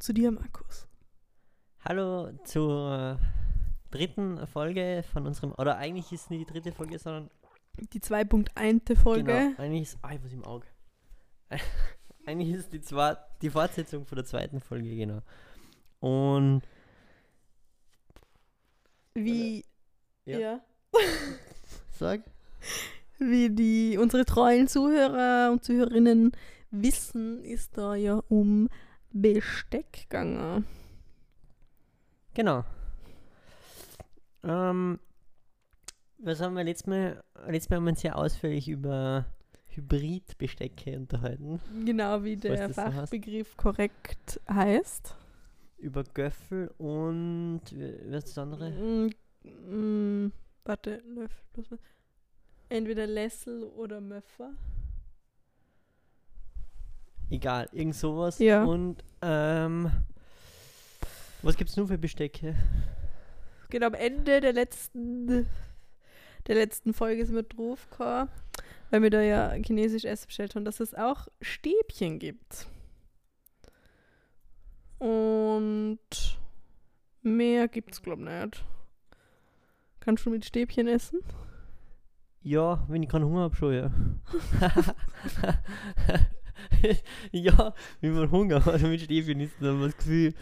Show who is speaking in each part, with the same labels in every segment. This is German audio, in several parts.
Speaker 1: zu dir, Markus.
Speaker 2: Hallo zur dritten Folge von unserem, oder eigentlich ist es nicht die dritte Folge, sondern
Speaker 1: Die 2.1. Folge.
Speaker 2: genau, eigentlich ist, ah, ich was im Auge. eigentlich ist die, zwei, die Fortsetzung von der zweiten Folge, genau. Und
Speaker 1: Wie,
Speaker 2: Genau. Äh, Ja.
Speaker 1: ja.
Speaker 2: sag,
Speaker 1: wie die unsere treuen Zuhörer und Zuhörerinnen wissen, ist da ja um Besteck gegangen.
Speaker 2: genau. Ähm, was haben wir letztes Mal, letztes Mal haben wir uns ja ausführlich über Hybridbestecke unterhalten.
Speaker 1: Genau wie der
Speaker 2: das so heißt.
Speaker 1: Fachbegriff korrekt heißt.
Speaker 2: Über Göffel und, äh, was ist das andere?
Speaker 1: Mm, mm, warte, Löffel. bloß mal. Entweder Lessel oder Möffer.
Speaker 2: Egal, irgend sowas.
Speaker 1: Ja.
Speaker 2: Und ähm, was gibt's nur für Bestecke?
Speaker 1: Genau, am Ende der letzten, der letzten Folge sind wir draufgekommen, weil wir da ja chinesisch Essen bestellt haben, dass es auch Stäbchen gibt. Und mehr gibt's, glaub nicht. Kannst du mit Stäbchen essen?
Speaker 2: Ja, wenn ich keinen Hunger habe, schon, ja. ja, wenn man Hunger hat, mit Stäbchen ist dann das Gefühl,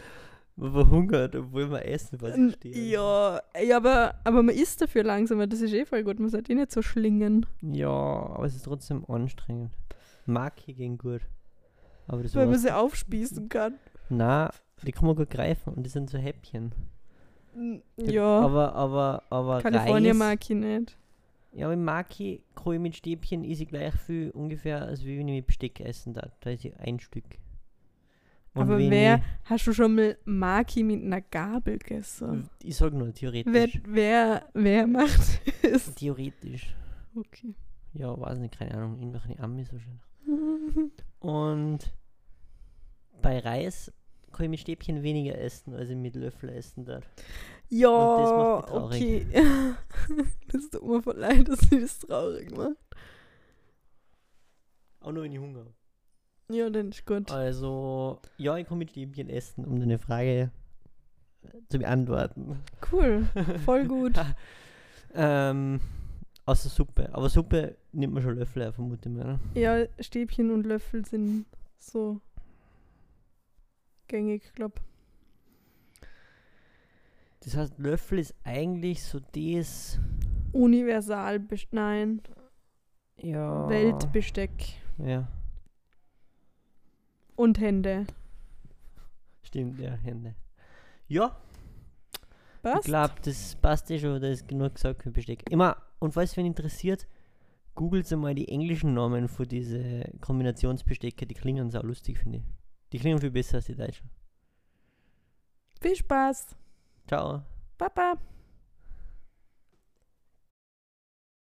Speaker 2: man verhungert, obwohl man essen was
Speaker 1: N-
Speaker 2: verstehe.
Speaker 1: Ja, ja aber, aber man isst dafür langsamer, das ist eh voll gut, man sollte eh nicht so schlingen.
Speaker 2: ja, aber es ist trotzdem anstrengend. Marke gehen gut. Aber das
Speaker 1: Weil man
Speaker 2: war's.
Speaker 1: sie aufspießen kann.
Speaker 2: Na, die kann man gut greifen und die sind so Häppchen.
Speaker 1: N- Ja,
Speaker 2: Aber, aber, aber
Speaker 1: Kalifornien
Speaker 2: Reis-
Speaker 1: mag ich nicht.
Speaker 2: Ja, mit Maki kann ich mit Stäbchen easy gleich viel ungefähr, als wie wenn ich mit Besteck essen darf. Da ist ja ein Stück.
Speaker 1: Aber
Speaker 2: wenn
Speaker 1: wer- Hast du schon mal Maki mit einer Gabel gegessen?
Speaker 2: Ich, ich sag nur theoretisch.
Speaker 1: Wer, wer, wer macht es?
Speaker 2: Theoretisch.
Speaker 1: Okay.
Speaker 2: Ja, weiß nicht, keine Ahnung. Irgendwelche Amis wahrscheinlich. Und bei Reis kann ich mit Stäbchen weniger essen, als ich mit Löffel essen darf. Und das
Speaker 1: Ja,
Speaker 2: macht mich
Speaker 1: okay.
Speaker 2: traurig.
Speaker 1: Das tut mir voll leid, dass sie das traurig macht.
Speaker 2: Auch nur wenn ich Hunger habe.
Speaker 1: Ja, dann ist gut.
Speaker 2: Also, ja, ich kann mit Stäbchen essen, um deine Frage zu beantworten.
Speaker 1: Cool, voll gut.
Speaker 2: Ähm, außer Suppe. Aber Suppe nimmt man schon Löffel, her, vermute ich mal. ne?
Speaker 1: Ja, Stäbchen und Löffel sind so gängig, glaub.
Speaker 2: Das heißt, Löffel ist eigentlich so das.
Speaker 1: Universal, nein,
Speaker 2: Ja.
Speaker 1: Weltbesteck
Speaker 2: Ja,
Speaker 1: und Hände.
Speaker 2: stimmt, ja, Hände. Ja, ich
Speaker 1: Was?
Speaker 2: glaube, das passt eh schon, da ist genug gesagt für Besteck. Immer, und falls wen interessiert, googelt mal die englischen Namen für diese Kombinationsbestecke, die klingen so lustig, finde ich. Die klingen viel besser als die deutschen.
Speaker 1: Viel Spaß.
Speaker 2: Ciao.
Speaker 1: Papa.